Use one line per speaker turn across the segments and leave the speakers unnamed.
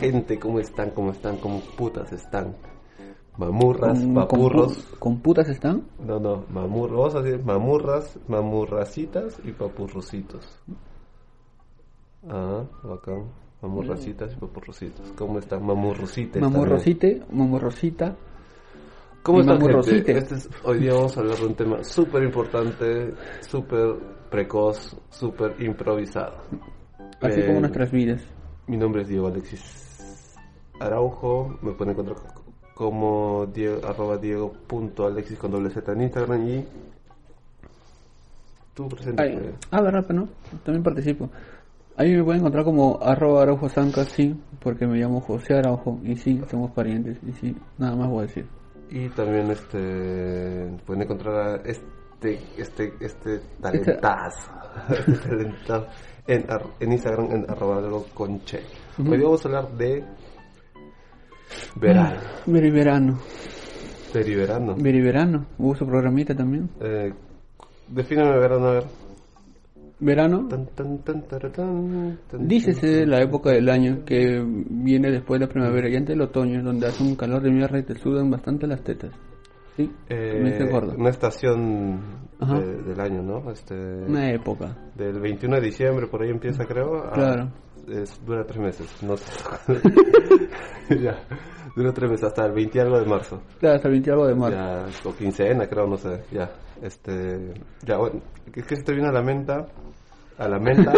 gente, ¿cómo están? ¿Cómo están? ¿Cómo putas están? Mamurras,
Mm, ¿Con-
papurros.
con- ¿Con putas están?
No, no, mamurros, así es, mamurras, mamurracitas y papurrositos. Ah, bacán. Mamurracitas y papurrositos. ¿Cómo están? Mamurrosites. también.
Mamorrosite, mamorrosita.
¿Cómo
y
están, gente?
mamurrosites.
Este es- hoy día vamos a hablar de un tema súper importante, súper precoz, súper improvisado.
Así
Eh,
como nuestras vidas.
Mi nombre es Diego Alexis Araujo. Me pueden encontrar co- como Diego, arroba Diego punto Alexis con doble Z en Instagram y tú
Ay,
preséntate.
ah, verdad, pero no. También participo. Ahí me pueden encontrar como arroba araujo zanca, sí, porque me llamo José Araujo y sí, somos parientes y sí, nada más voy a decir.
Y también este pueden encontrar a este este este talentazo, este talentazo en, ar- en Instagram en arroba algo con che.
Ujú.
Hoy vamos a hablar de verano,
Veriverano.
de verano.
Veriverano. Hubo su programita también.
Eh, defíneme verano a ver.
Verano.
Tan, tan, tan, taratán, tan,
Dícese la época del año que viene después de la primavera y antes del otoño, donde hace un calor de mierda y te sudan bastante las tetas. ¿Sí?
Eh,
Me hice gordo.
una estación
Ajá.
de- del año, ¿no? Este,
Una época.
Del 21 de diciembre, por ahí empieza, creo. a-
Claro.
es- dura tres meses, no sé. ya, dura tres meses, hasta el 20 y algo de marzo.
Claro, hasta el 20 algo de marzo.
Ya, o quincena, creo, no sé. Ya, este. Ya, bueno, es que se te viene a la menta. A la menta.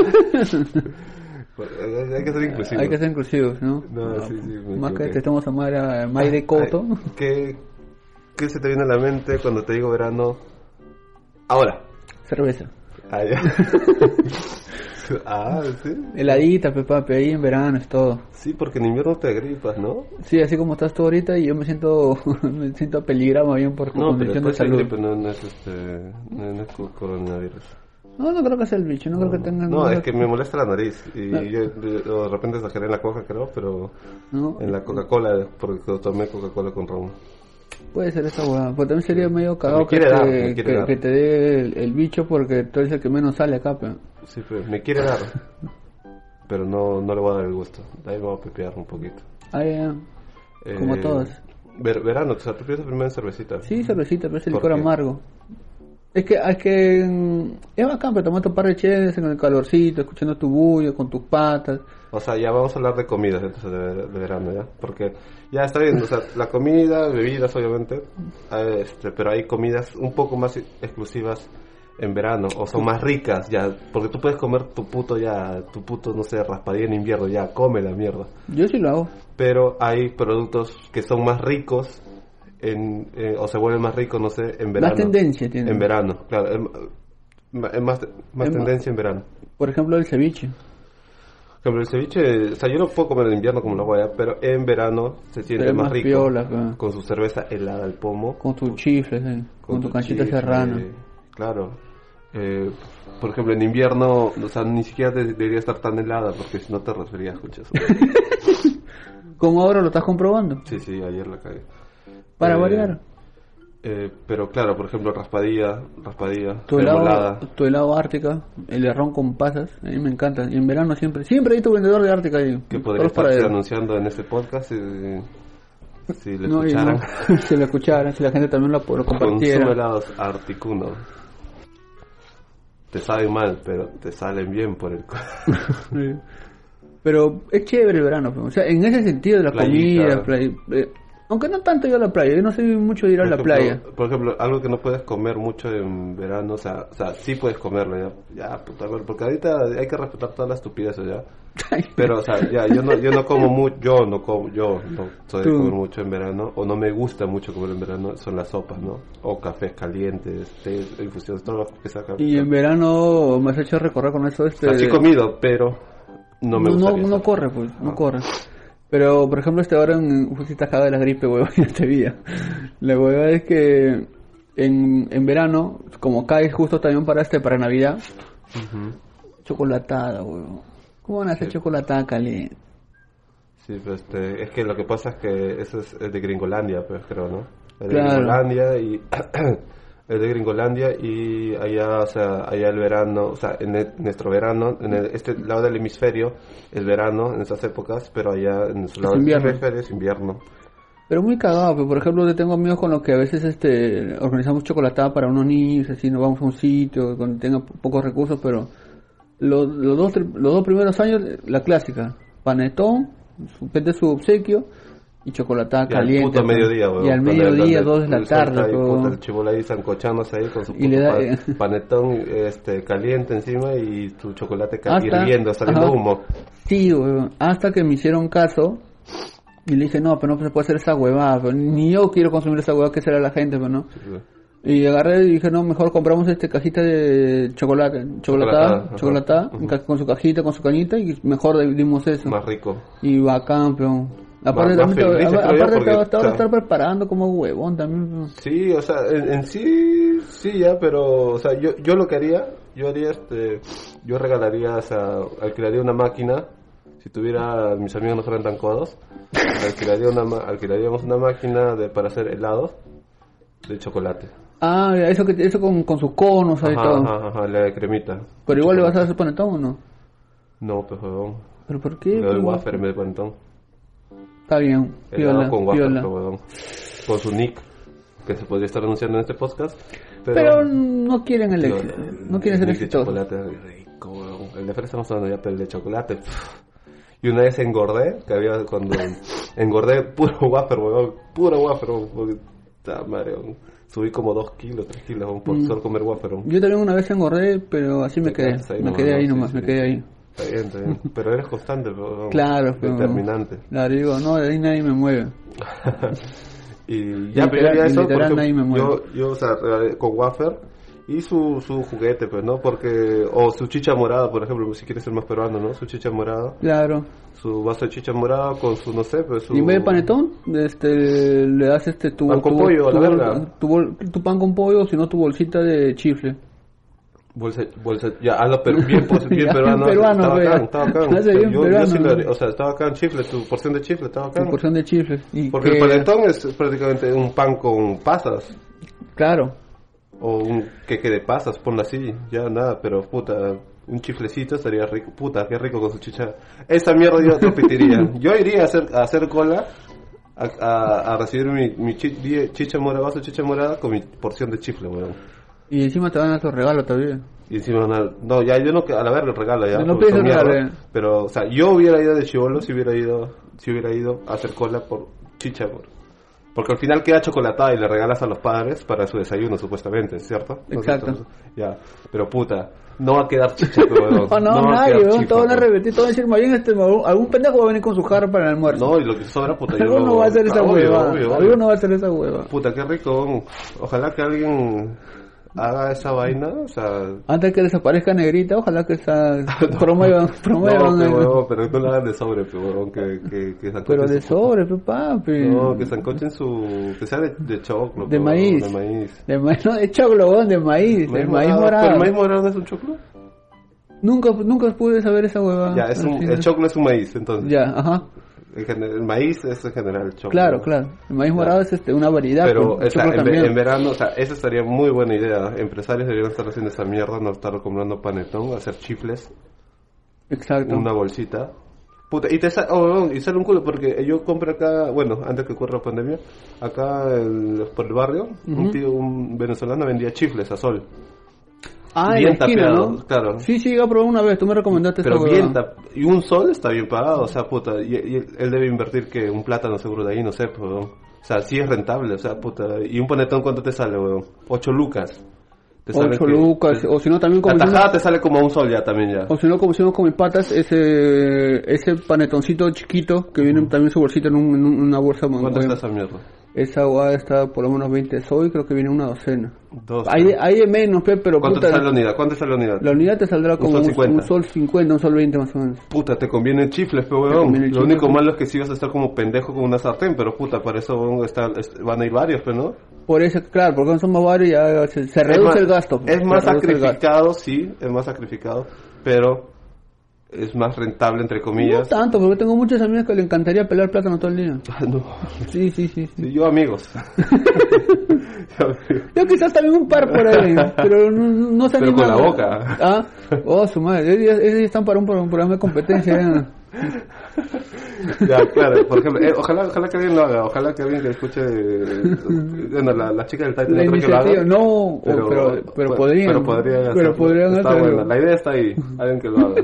Pues, Hay hay que ser inclusivo.
Hay que ser inclusivos, ¿no?
pues. No, sí, sí, me
Más que
equivoqué.
te estamos a Mayra, a Mayre Coto.
Ay, ¿Qué, ¿Qué se te viene a la mente cuando te digo verano? Ahora.
Cerveza.
Ah, ya. ah, sí.
Heladita, pepape, ahí en verano es todo.
Sí, porque en invierno te gripas, ¿no?
Sí, así como estás tú ahorita y yo me siento me siento peligrado bien por tu
No, pero
condición de
después hay
salud.
gripe, no, no es este. No, no es co- coronavirus.
No, no creo que sea el bicho, no, creo que tengan...
No, es que me molesta la nariz. Y
No.
yo, yo de repente exageré en la coca, creo, pero
¿no?
en la Coca-Cola, porque tomé Coca-Cola con ron.
Puede ser esa huevada, porque también sería medio cagado
Me
que,
quiere
te,
dar, me quiere
que,
dar.
que te dé el, el bicho porque tú eres el que menos sale acá, pe.
Sí, pues, me quiere dar. Pero no, no le voy a dar el gusto. De ahí me voy a pepear un poquito.
Ah, ya. Como
Eh,
todos.
ver- verano, o sea, tú piensas primero en cervecita.
Sí, cervecita, pero es el
¿Por
licor
qué?
amargo. Es que, es que mm, es bacán, pero tomando un par de chedes en el calorcito, escuchando tu bulla con tus patas.
O sea, ya vamos a hablar de comidas entonces, de, de verano, ¿ya? Porque ya está bien, o sea, la comida, bebidas, obviamente, eh, este, pero hay comidas un poco más exclusivas en verano, o son más ricas, ya, porque tú puedes comer tu puto, ya, tu puto, no sé, raspadilla en invierno, ya, come la mierda.
Yo sí lo hago.
Pero hay productos que son más ricos, en, eh, o se vuelven más ricos, no sé, en verano.
tendencia tienen.
En verano, claro, em- em- em- más, más
Em-
tendencia en verano.
Por ejemplo, el ceviche.
Por ejemplo, el ceviche, o sea, yo lo puedo comer en invierno como lo voy a, pero en verano se siente
Pero es
más,
más
rico.
piola, pe.
Con su cerveza helada al pomo.
Con tus chifles, eh, con, tu canchita
chifle,
serrana.
Claro. Eh, por ejemplo, en invierno, o sea, ni siquiera te- debería estar tan helada porque si no te resfrías, escuchas.
Como ahora lo estás comprobando,
sí, sí, ayer la cagué.
para
Eh,
variar.
Eh, pero claro, por ejemplo, raspadilla, raspadilla,
Tu helado,
remolada.
tu helado ártica, el herrón con pasas, a mí me encanta. Y en verano siempre, siempre hay tu vendedor de ártica ahí.
que podría
Todos para
estarse
él.
anunciando en este podcast si, si le
No, y
escucharan.
no, si lo escucharan, si la gente también lo, lo
Consume
compartiera.
helados Articuno. Te saben mal, pero te salen bien por el cuerpo.
Sí. Pero es chévere el verano, pues. o sea, en ese sentido de la
Playita.
comida, play- eh, aunque no tanto yo a la playa, yo no soy mucho de ir a la playa.
Por ejemplo, algo que no puedes comer mucho en verano, o sea, o sea sí puedes comerlo, ya, ya puta madre, porque ahorita hay que respetar todas las estupideces, ya. Pero, o sea, ya, yo no, yo no como mucho, yo no como, yo no soy de
Tú.
comer mucho en verano, o no me gusta mucho comer en verano, son las sopas, ¿no? O cafés calientes, tés, infusiones, todo lo que sea café.
Y en verano me has hecho recorrer con eso este...
Así he comido, pero no me Ah.
no,
gusta.
no corre, pues, no corre. Pero, por ejemplo, este ahora en justo estás cagado de la gripe, huevón, en este día. La huevada es que en, en verano, como cae justo también para este, para Navidad, chocolatada, huevón. ¿Cómo van a hacer chocolatada caliente?
Sí, pero este, es que lo que pasa pues, es que eso es, es de Gringolandia, pues creo, ¿no? Es De
Claro.
Gringolandia y es de Gringolandia y allá, o sea, allá el verano, o sea, en el- nuestro verano, en el- este lado del hemisferio es verano en esas épocas, pero allá en su lado del
invierno.
hemisferio es invierno.
Pero muy cagado, porque por ejemplo yo tengo amigos con los que a veces este organizamos chocolatada para unos niños, así nos vamos a un sitio, cuando tengan po- pocos recursos, pero los, los, dos, tri- los dos primeros años, la clásica, panetón, su, vende su obsequio y chocolatada
Y al
caliente.
puto
pues.
mediodía, weón.
Y al
Con el-
mediodía,
el-
dos de la
el sol
tarde,
ahí,
weón.
puta, el chibolo ahí zancochándose ahí con su
Y
puto
le da,
pa-
eh.
panetón este, caliente encima y tu chocolate ca-
Hasta-
hirviendo, saliendo
Ah, ajá.
humo.
Sí, weón, hasta que me hicieron caso y le dije, no, pero no se puede hacer esa huevada, pero ni yo quiero consumir esa huevada que será la gente, pero no. Y agarré y dije, no, mejor compramos este cajita de chocolate,
Chocolatada,
chocolatada,
ajá.
chocolatada, ca- con su cajita, con su cañita, y mejor le dimos eso.
Más rico.
Y bacán, campeón Aparte,
más
también,
felices,
te- a-
creo yo,
aparte
este porque,
te va- te van a
o sea,
estar preparando como huevón también. peón.
Sí, o sea, en, en sí, sí ya, pero, o sea, yo, yo lo que haría, yo haría, este, yo regalaría, o sea, alquilaría una máquina, si tuviera, mis amigos no fueran tan codos, alquilaría una, ma- alquilaríamos una máquina de, para hacer helados de chocolate.
Ah, eso que eso con, con sus conos ahí
Ajá,
todo.
ajá, ajá, la de cremita.
Pero igual le vas a hacer panetón o no.
No, pues, huevón,
¿Pero por qué?
le doy
peón?
wafer en vez de pantón.
Está bien,
Helado
pues, piola,
con wafer,
piola.
pues, huevón. Con su nick, que se podría estar anunciando en este podcast,
Pero no quieren el
Pero
éxito,
el-
no quieren ser
el de
exitosos.
chocolate es rico, weón. El de fresa estamos hablando ya, pero el de chocolate. pff. Y una vez engordé, que había cuando engordé puro wafer, weón. Puro wafer, weón. porque, ta madre, weón. Subí como 2 kilos, 3 kilos, weón,
Mm.
por solo comer wafer, weón.
Yo también una vez engordé, pero así me
Te
quedé,
quedas ahí
me
nomás,
quedé
¿no?
ahí
Sí,
nomás,
sí.
me quedé ahí.
Está bien, está bien. Pero eres constante, weón.
Claro, pero-
Determinante.
Claro, digo, no, de ahí nadie me mueve.
Y ya,
Literal,
pero ya eso,
literal,
por
nadie me
ejemplo,
mueve.
yo, yo, o sea, regalé con wafer y su, su juguete, pues, ¿no? Porque, o su chicha morada, por ejemplo, si quieres ser más peruano, ¿no? Su chicha morada.
Claro.
su vaso de chicha morada con su, no sé, pues su...
Y en vez de panetón, este, le das este tu,
Pan con
tu-
pollo, a
tu
la
bol-
verga.
tu, bol- tu pan con pollo, o si no tu bolsita de chifle.
Bolsa, bolsa, ya, hazlo pero bien, pues, bien
Ya,
peruano.
bien peruano,
estaba
pues,
acá,
ya.
estaba acá.
Hace
O sea,
bien
yo,
peruano,
yo sí lo
¿no?
haría, o sea, estaba acá en chifle, tu porción de chifle, estaba acá.
Tu porción de chifle. Y
Porque
que-
el panetón es prácticamente un pan con pasas,
Claro.
o un queque de pasas, ponlo así, ya nada, pero puta, un chiflecito estaría rico, puta, qué rico con su chicha. Esa mierda yo repetiría. yo iría a hacer, a hacer cola. A, a- a recibir mi, mi chi- die- chicha morada, vaso de chicha morada con mi porción de chifle, weón.
Y encima te van a tu regalo todavía.
Y encima van a- No, ya yo no... que- A la verga el regalo ya.
No
porque
pides
son
el regalo, eh.
mierda.
ya.
Pero, o sea, yo hubiera ido de chivolo si hubiera ido... Si hubiera ido a hacer cola por chicha, por- Porque al final queda chocolatada y le regalas a los padres para su desayuno, supuestamente, ¿cierto? ¿No es
Exacto.
cierto? Ya. Pero, puta, no va a quedar chicha, pero...
No, no,
va a
nadie,
quedar
weón,
chifa,
todos van a
weón.
repetir, todos van a decir, más bien este, algún pendejo va a venir con su jarra para el almuerzo.
No, y lo que sobra, puta, yo
Alguno
lo-
va a hacer esa
Obvio,
hueva.
obvio, obvio.
Alguno va a hacer esa hueva.
Puta, qué rico. weón. Ojalá que alguien haga esa vaina, o sea...
Antes que desaparezca negrita, ojalá que esa promuevan, promuevan
No,
el-
pero, huevón, pero no la hagan de sobre, pero, huevón, que, que, que sancochen
Pero de
su-
sobre, pe, papi.
pues. No, que sancochen su... que sea de, de choclo.
De
huevón,
maíz.
De maíz.
De maíz, no, de choclo, weón, de maíz, de maíz morado.
¿Pero el maíz morado no es un choclo?
Nunca, nunca pude saber esa hueva.
ya, es un,
Al
el
final.
choclo es un maíz, entonces.
Ya, ajá.
En gen- El, maíz es en general el choclo.
Claro,
¿no?
claro. El maíz morado es este, una variedad.
Pero
pues,
o sea,
choclo
en, ve-
también.
en verano, o sea, esa estaría muy buena idea. Empresarios deberían estar haciendo esa mierda, no estar comprando panetón, hacer chifles
Exacto.
una bolsita. Puta, y te sale, y sale un culo porque yo compro acá, bueno, antes que ocurra la pandemia, acá el- por el barrio, un tío, un venezolano vendía chifles a sol.
Ah, en la
bien
esquina,
tapeado,
¿no?
claro.
Sí, sí, llegué a probar una vez, tú me recomendaste
Pero
esa
bien,
hueva.
tap- y un sol está bien pagado, o sea, puta, y, y él debe invertir que un plátano seguro de ahí, no sé, pues, weón. o sea, sí es rentable, o sea, puta, y un panetón, ¿cuánto te sale, weón? Ocho lucas. Te sale
Ocho
que-
lucas,
te-
o si no también
la
como
tajada te sale como a un sol ya también ya.
O si no, como hicimos con mis patas, ese, ese panetoncito chiquito que viene también su bolsita en, un- en un- una bolsa. man-
¿Cuánto
weón.
está esa mierda?
Esa guada está por lo menos 20 soy, creo que viene una docena.
Dos.
Hay, de- hay de menos, pe, pero
¿Cuánto
puta,
te sale la unidad? ¿Cuánto te sale la unidad?
la unidad te saldrá como
sol
un,
50.
un sol 50, un sol 20 más o menos.
Puta, te conviene chifles, pero
Te
weón.
conviene el
Lo
chifle,
único
sí.
malo es que si vas a estar como pendejo con una sartén, pero puta, para eso weón, está- es- van a ir varios, pero no.
Por eso, claro, porque somos varios ya se, se
es
reduce
más,
el gasto. pe,
Es
se
más
reduce el gasto.
sacrificado, sí, es más sacrificado, pero es más rentable, entre
No
comillas.
tanto, porque tengo muchos amigos que le encantaría pelar plátano todo el día.
Ah, no.
Sí, sí, sí. sí.
Sí, yo amigos. Yo amigos.
Yo quizás también un par por ahí, pero no, no- no se
Pero con
animan.
la boca.
Ah, oh, su madre. Ellos, ellos están para un, pro- un programa de competencia. ¿eh?
ya, claro, por ejemplo, eh, ojalá, ojalá que alguien lo haga, ojalá que alguien que escuche, eh, bueno, la, la chica del Titan
La
no creo que lo
iniciativa,
haga,
no, o- pero, pero, podrían.
pero podrían
pero
hacerlo.
podrían
Está
hacerlo.
buena, la idea está ahí, alguien que lo haga.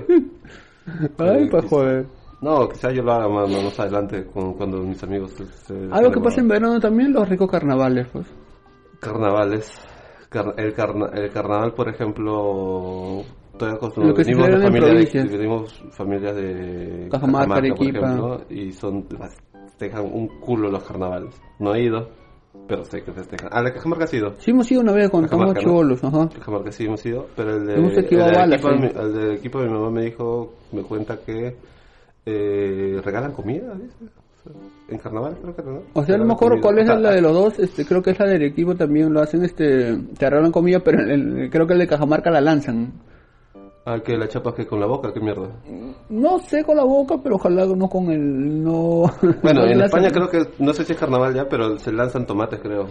Ay,
Sí,
pa'
sí.
joder.
No, quizás yo lo haga más, más adelante con- cuando mis amigos pues, eh, se, se-
Algo
se
Ah, que pasa en verano también, los ricos carnavales, pues.
carnavales. Car- el, carna- el carnaval, por ejemplo, todavía
Lo que se
venimos de
celebra en
familia de,
provincias.
venimos familias de
Cajamarca,
por
Arequipa.
ejemplo, y son festejan un culo los carnavales. No he ido, pero sé que festejan. A la Cajamarca sí he ido.
Sí, hemos ido una vez cuando
Cajamarca,
estábamos chivolos, ajá.
Cajamarca sí hemos ido, pero el de,
Hemos
el,
esquivado
de
balas,
Arequipa,
¿eh?
mi- el de Arequipa, mi mamá me dijo, me cuenta que eh, regalan comida, dice. O sea, En carnaval creo que no.
O sea, no
Regalan
me acuerdo
comida. Ah,
cuál es
O sea,
la de los dos, este, creo que es la de Arequipa también lo hacen, este, te arreglan comida, pero el- el- creo que el de Cajamarca la lanzan.
Ah, que la chapa que con la boca, qué mierda.
No sé con la boca, pero ojalá no con el, no...
Bueno,
no
en
lanzan-
España creo que, no sé si es carnaval ya, pero se lanzan tomates, creo.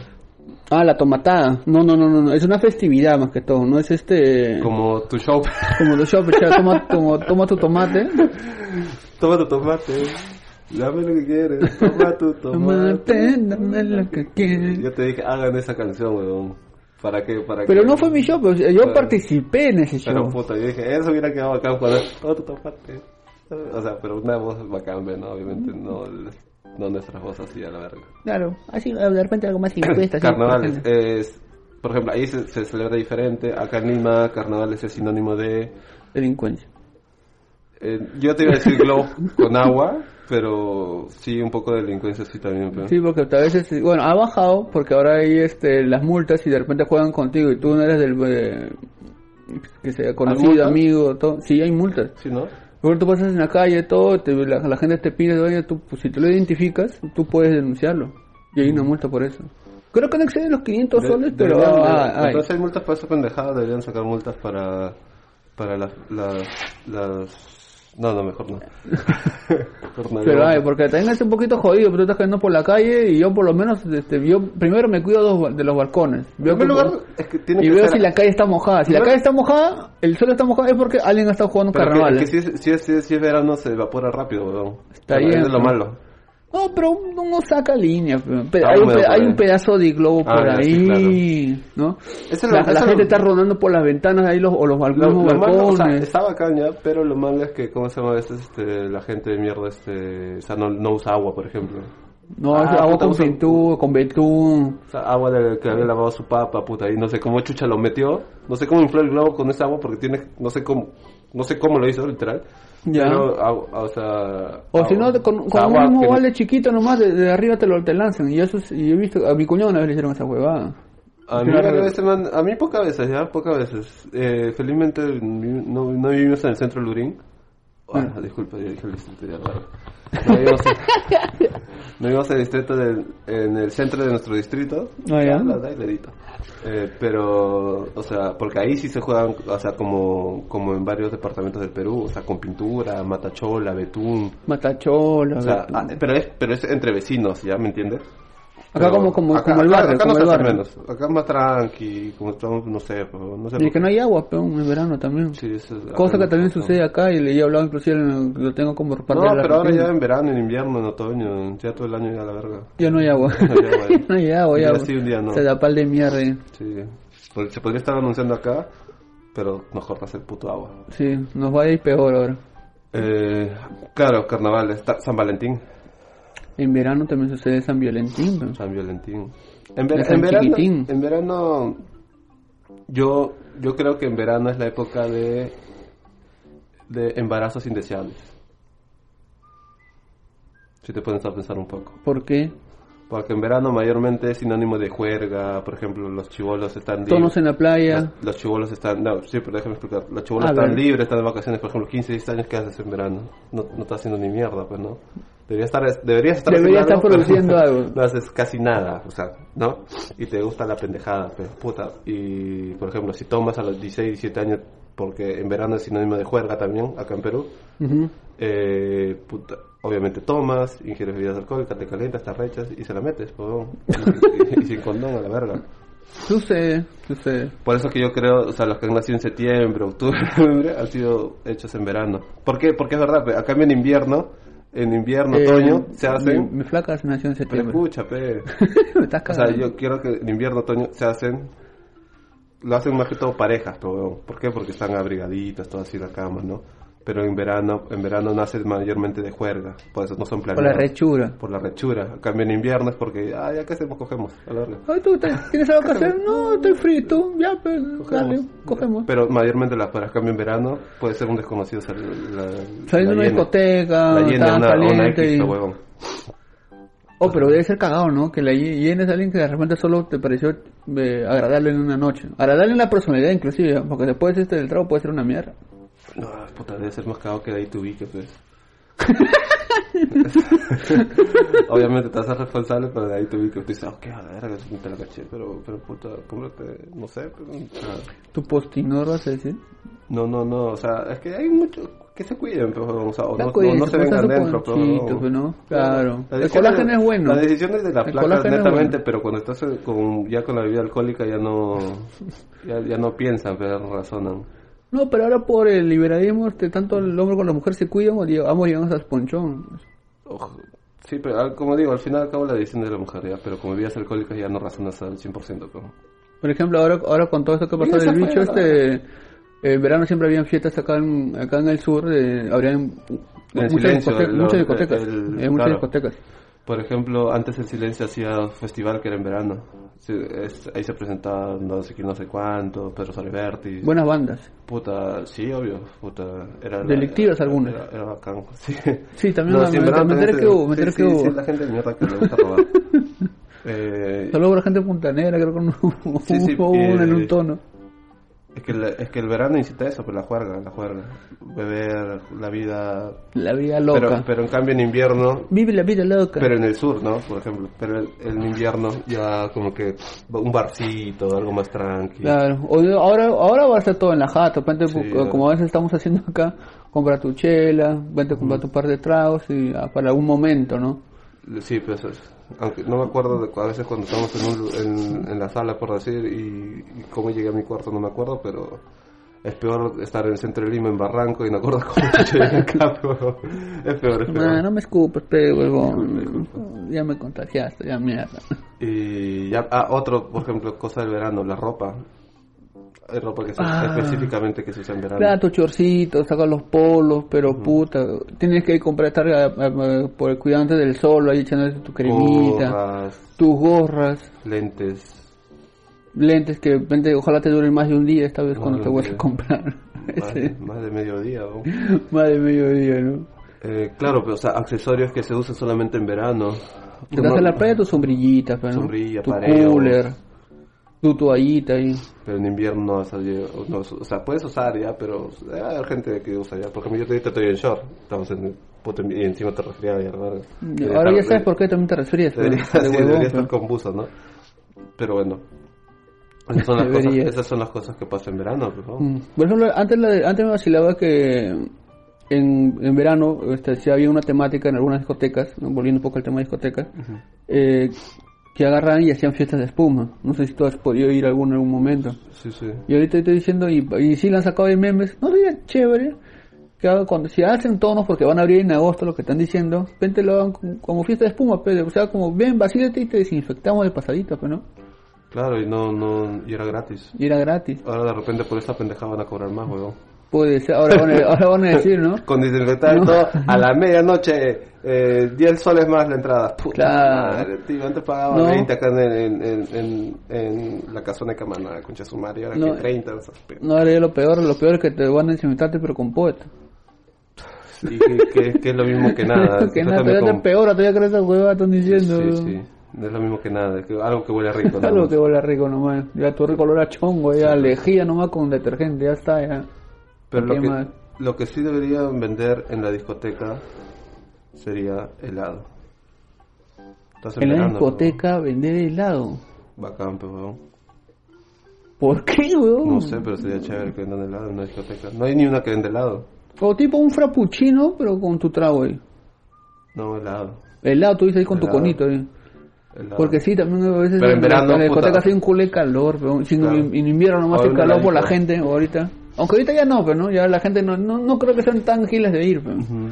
Ah, la tomatada. No, no, no, no, no, es una festividad más que todo, no es este...
Como tu show.
Como los shoppers, ya, toma, como, toma tu tomate.
Toma tu tomate. Dame lo que quieres. Toma tu tomate.
Tomate, dame lo que quieres.
Yo te dije, hagan esa canción, weón. ¿Para qué? ¿Para
Pero
qué?
no fue mi show, pero yo
Claro.
participé en ese
Pero
show.
puta, yo dije, eso hubiera quedado bacán cuando Toma tu tomate. O sea, pero una voz bacán, ¿no? Obviamente no, no nuestras voces así a la verga.
Claro, así de repente algo más impuesto. pues,
carnavales es... Por ejemplo, ahí se, se celebra diferente. Acá en Lima, carnavales es sinónimo de...
Delincuencia.
Eh, yo te iba a decir globo con agua, pero sí, un poco de delincuencia sí también. pero-
Sí, porque a veces, bueno, ha bajado porque ahora hay este, las multas y de repente juegan contigo y tú no eres del... eh, que sea conocido,
multas?
amigo, todo. Sí, hay multas.
Sí, ¿no?
Luego tú pasas en la calle, todo, te- la, la gente te pide, oye, tú, pues, si tú lo identificas, tú puedes denunciarlo. Y hay una multa por eso. Creo que no exceden los 500
De-
soles, pero...
deberían-
ah,
de-
hay.
entonces hay multas para esa pendejada, deberían sacar multas para, para las, las, las- No, no, mejor no. Mejor no,
Pero
yo-
ay, porque también es un poquito jodido, pero tú estás caminando por la calle y yo por lo menos, este, yo primero me cuido dos, ba- de los balcones.
En
Veo
primer
que-
lugar, es que tiene
y
que
veo
ser-
si la calle está mojada. Si la
No.
calle está mojada, el suelo está mojado, es porque alguien ha estado jugando
pero que-
carnaval. eh.
que si, es- si, es, si, es, si es verano se evapora rápido, weón.
Está
Eso
bien,
es lo
pero-
malo.
No, pero uno saca línea. pe- pe-
Ah,
hay, un
húmedo
pe-
por
hay
ahí.
un pedazo de globo
Ah,
por
ya, sí,
ahí, ¿no?
Eso es
la
lo- eso
la
es
gente
lo-
está rodando por las ventanas ahí los, o los
Lo,
balcones.
lo malo, o sea,
balcones.
está bacán ya, pero lo malo es que, ¿cómo se llama? A veces este, la gente de mierda este, o sea, no, no usa agua, por ejemplo.
No,
Ah,
es agua
puta,
con
usa-
pintura, con betún.
O sea, agua de que había lavado su papa, puta, y no sé cómo chucha lo metió, no sé cómo infló el globo con esa agua porque tiene, no sé cómo, no sé cómo lo hizo, literal.
Ya.
Pero, agu- o sea...
O
agua-
si no, con,
o sea,
con un
agua
mismo
que-
balde chiquito nomás, de, de arriba te lo te lanzan. Y eso es- y yo he visto, a mi cuñado una vez le hicieron esa huevada.
A mí, a veces, este man- a mí pocas veces, ya, pocas veces. Eh, felizmente vi- no, no vivimos en el centro de Lurín. Ah, disculpa, yo dije el distrito ya raro. No vivimos, en- no vivimos en el distrito del- en el centro de nuestro distrito.
Ah, ya.
la- la- el dedito. Eh, pero, o sea, porque ahí sí se juegan, o sea, como, como en varios departamentos del Perú, o sea, con pintura, matachola, betún.
Matachola.
O sea,
betún.
ah, pero es, pero es entre vecinos, ¿ya me entiendes?
acá
Pero
como, como,
acá-
como el
acá-
barrio,
acá
como
no
el
se hace
barrio.
menos. Acá es más tranqui, como estamos, no sé, pero no sé.
Y que no hay agua, peón, en verano también.
Sí, eso es-
Cosa que
acá
también
no-
sucede acá y le he hablado inclusive, en- lo tengo como parte
No,
de la
pero ahora
rutina.
ya en verano, en invierno, en otoño, ya todo el año ya la verga.
Ya no hay agua.
No hay agua, eh.
no hay agua,
Un
ya.
día sí, un día no.
Se da pal de mierda. eh.
Sí. Porque se podría estar anunciando acá, pero mejor va a ser puto agua.
Sí, nos va a ir peor ahora.
Eh, claro, carnaval, está San Valentín.
En verano también sucede San Violentín. peón.
San Valentín. En, ver-
De San
en verano,
Chiquitín.
en verano, yo, yo creo que en verano es la época de, de embarazos indeseables. Si te pones a pensar un poco.
¿Por qué?
Porque en verano mayormente es sinónimo de juerga, por ejemplo, los chivolos están
Tonos en la playa.
Los, los chivolos están, no, sí, pero déjame explicar. Los chivolos
A
están
ver.
libres, están de vacaciones, por ejemplo, 15, 16 años, ¿qué haces en verano? No, no estás haciendo ni mierda, pues, ¿no? Deberías estar, deberías estar,
Debería
haciendo
estar
algo,
produciendo
pero
algo.
No haces casi nada, o sea, ¿no? Y te gusta la pendejada, pues, puta. Y, por ejemplo, si tomas a los 16, 17 años, porque en verano es sinónimo de juerga también, acá en Perú.
Ujú.
Eh, puta, obviamente tomas, ingieres bebidas alcohólicas, te calientas, te rechas y se la metes, huevón. Y, y- y sin condón a la verga.
Sucede, sucede.
Por eso que yo creo, o sea, los que han nacido en septiembre, octubre, noviembre, han sido hechos en verano. ¿Por qué? Porque es verdad, pe, acá en invierno, en invierno,
Eh,
otoño, se
Mi,
hacen...
mi flaca se nació en
Pero
septiembre.
escucha, pe.
Me estás
O sea,
cagando.
yo quiero que en invierno, otoño se hacen. Lo hacen más que todo parejas, pero weón, ¿por qué? Porque están abrigaditas, todas así en la cama, ¿no? Pero en verano, en verano nace mayormente de juerga, por eso no son
Por la
planeados.
rechura.
Por la rechura. En cambio en invierno es porque, ah, ya que hacemos, cogemos, a la verga.
Ay, ¿tú te- tienes algo que hacer? No, estoy frito. Ya, pues, dale,
Cogemos.
cogemos.
Pero mayormente las parejas, en cambio en verano puede ser un desconocido. sal- la-
Saliendo de
la
una
hiena.
discoteca,
La hiena,
estaban
una, una
caliente
X,
y-
huevón.
Oh, pero debe ser cagado, ¿no? Que la hiena es alguien que de repente solo te pareció eh, agradable en una noche. Agradable en la personalidad, inclusive, ¿eh? porque después este del trago puede ser una mierda.
No, puta, debe ser más cagado que de ahí tu que pues. Obviamente te haces responsable, pero de ahí tu que tú dices, ok, a la verga, te la caché, pero, pero puta, cómprate, no sé, pero, ah.
Tu postinor, vas a decir.
No, no, no, o sea, es que hay mucho, que se cuiden, pero, o sea, o
Ya,
no,
pues,
o no se
pues,
vengan
está su
dentro, pero...
ponchito, pues, ¿no? Claro.
La
El
decisión
colágeno
de-
es bueno.
La decisión es de la
El
placa,
colágeno es
netamente,
bueno.
pero cuando estás eh, con, ya con la bebida alcohólica ya no, ya, ya no piensan, pero razonan.
No, pero ahora por el liberalismo, este, tanto el hombre como la mujer se cuidan, o lleg- ambos llegamos al ponchón.
Ojo. Sí, pero al- como digo, al final acabo la decisión de la mujer, ya, pero como bebidas alcohólicas ya no razonas al 100%. Pero...
Por ejemplo, ahora, ahora con todo esto que ha pasado
Mira,
del
se
bicho,
fue,
este, eh, en verano siempre habían fiestas acá en, acá en el sur, eh, habrían
En
muchas,
silencio,
discote-
el-
muchas discotecas,
el-
eh, muchas
claro.
discotecas.
Por ejemplo, antes el silencio hacía festival que era en verano. Sí, es- ahí se presentaba no sé quién, no sé cuánto, Pedro Soliberti.
Buenas bandas.
Puta, sí, obvio. Puta, era la-
Delictivas
era-
algunas.
Era, era bacán, sí.
Sí, también me-
sí, en
me-
verano
me
también
enteré
se-
que hubo, me
sí,
enteré que
sí,
hubo.
sí, es la gente de mierda que le gusta robar. eh,
Saludos a la gente de Punta Negra, creo que no hubo
Sí, sí,
hubo
eh,
una en un tono.
es, que el, es que el verano incita a eso, pero la juerga, la juerga. Beber la vida
La vida
Pero,
loca.
pero en cambio en invierno,
Vive la vida loca.
pero en el sur, ¿no? Por ejemplo, pero el- en invierno ya como que un barcito, algo más tranquilo.
Claro, O- ahora, ahora va a estar todo en la jata, vente,
Sí,
bu-
claro.
como a veces estamos haciendo acá, compra tu chela, vente a comprar tu par de tragos y ah, para algún momento, ¿no?
Sí, pues es- aunque no me acuerdo de cu- a veces cuando estamos en, un lu- en, en la sala, por decir, y, y cómo llegué a mi cuarto no me acuerdo, pero es peor estar en el centro de Lima, en Barranco, y no acuerdo cómo llegué acá, pero es peor, es peor.
Nah, Ah, no me escupes, pe, huevón.
Disculpa,
Ya me contagiaste, ya mierda.
Y ya, ah, otro, por ejemplo, cosa del verano, la ropa. Hay ropa que se usa-
Ah.
específicamente que se usa en verano.
Claro, tus chorcitos, saca los polos, pero puta, tienes que ir a comprar, estar ah, ah, por el cuidante del sol, ahí echándole tu cremita,
Gorras,
tus gorras,
lentes.
lentes que, vente, ojalá te duren más de un día esta vez cuando
Madre
te vuelvas
mía.
a comprar.
Más, de- más de mediodía. ¿no?
Más de mediodía, ¿no?
Eh, claro, pero o sea, accesorios que se usan solamente en verano.
Te das a la playa tu sombrillita, pe, ¿no?
Sombrilla,
tu
pareo.
cooler, tu toallita ahí.
Pero en invierno no vas a lle- o no, o sea, puedes usar ya, pero eh, hay gente que usa ya. Por ejemplo, yo te estoy en short. Estamos en, puta, y encima te resfriado y la verga.
Ahora ya
Debería-
sabes por qué también te resfrías. pe,
Debería,
de
sí,
huevón,
debería
pe.
estar con buzo, ¿no? Pero bueno. Esas son las, cosas,
Deberías.
esas son las cosas que pasan en verano, pues, ¿no?
Mm. Por ejemplo, antes, la de- antes me vacilaba que en, en verano este, sí había una temática en algunas discotecas, ¿no? volviendo un poco al tema de discotecas, eh, que agarraban y hacían fiestas de espuma. No sé si tú has podido ir a alguno en algún momento.
Sí, sí.
Y ahorita estoy diciendo, y, y sí le han sacado de memes, no sería chévere que hagan cuando, si hacen tonos porque van a abrir en agosto lo que están diciendo, vente lo hagan como, como fiesta de espuma, pero, o sea, como ven, vacílate y te desinfectamos de pasadita, pero no,
Claro, y no, no, y era gratis.
y era gratis.
Ahora de repente por esta pendejada van a cobrar más, huevón.
Puede ser, ahora van a, ahora van a decir, ¿no?
Con desinfectar y todo, a la medianoche, eh, 10 soles más la entrada. Puta
Claro.
madre, tío, antes pagaba
No.
20 acá en, en, en, en, en la casona de Camaná, concha su madre, ahora
No.
que 30. esas pe-
No, ahora ya lo peor, lo peor es que te van a desinfectarte pero con poeta.
Y que, que- que es lo mismo que nada.
que nada,
Trátame
todavía te
con-
empeora, todavía crees esa hueva, están diciendo.
Sí,
weón.
sí, no es lo mismo que nada, es que algo que huele rico. nada
Algo
más.
que huele rico nomás, ya tu rico olor a chongo, ya
pues.
lejía nomás con detergente, ya está, ya.
Pero
¿Qué
lo que,
más?
lo que sí deberían vender en la discoteca sería helado. Estás
En la
verano,
discoteca vender helado.
huevón. Bacán, pues, huevón.
¿Por qué, weón?
No sé, pero sería chévere que vendan helado en una discoteca. No hay ni una que venda helado.
O tipo un frappuccino, pero con tu trago ahí.
No, helado.
Helado, tú dices ahí con tu
Helado.
conito ahí.
helado.
Porque sí, también a veces
Pero en verano,
las discotecas
puta.
hace un culé calor, pero si en-
Claro.
en invierno nomás
Ahora
hay
no la
calor por la
disco.
gente ahorita. Aunque ahorita ya no, pero no, ya la gente no, no, no creo que sean tan giles de ir, pero.
Ujú. Mm,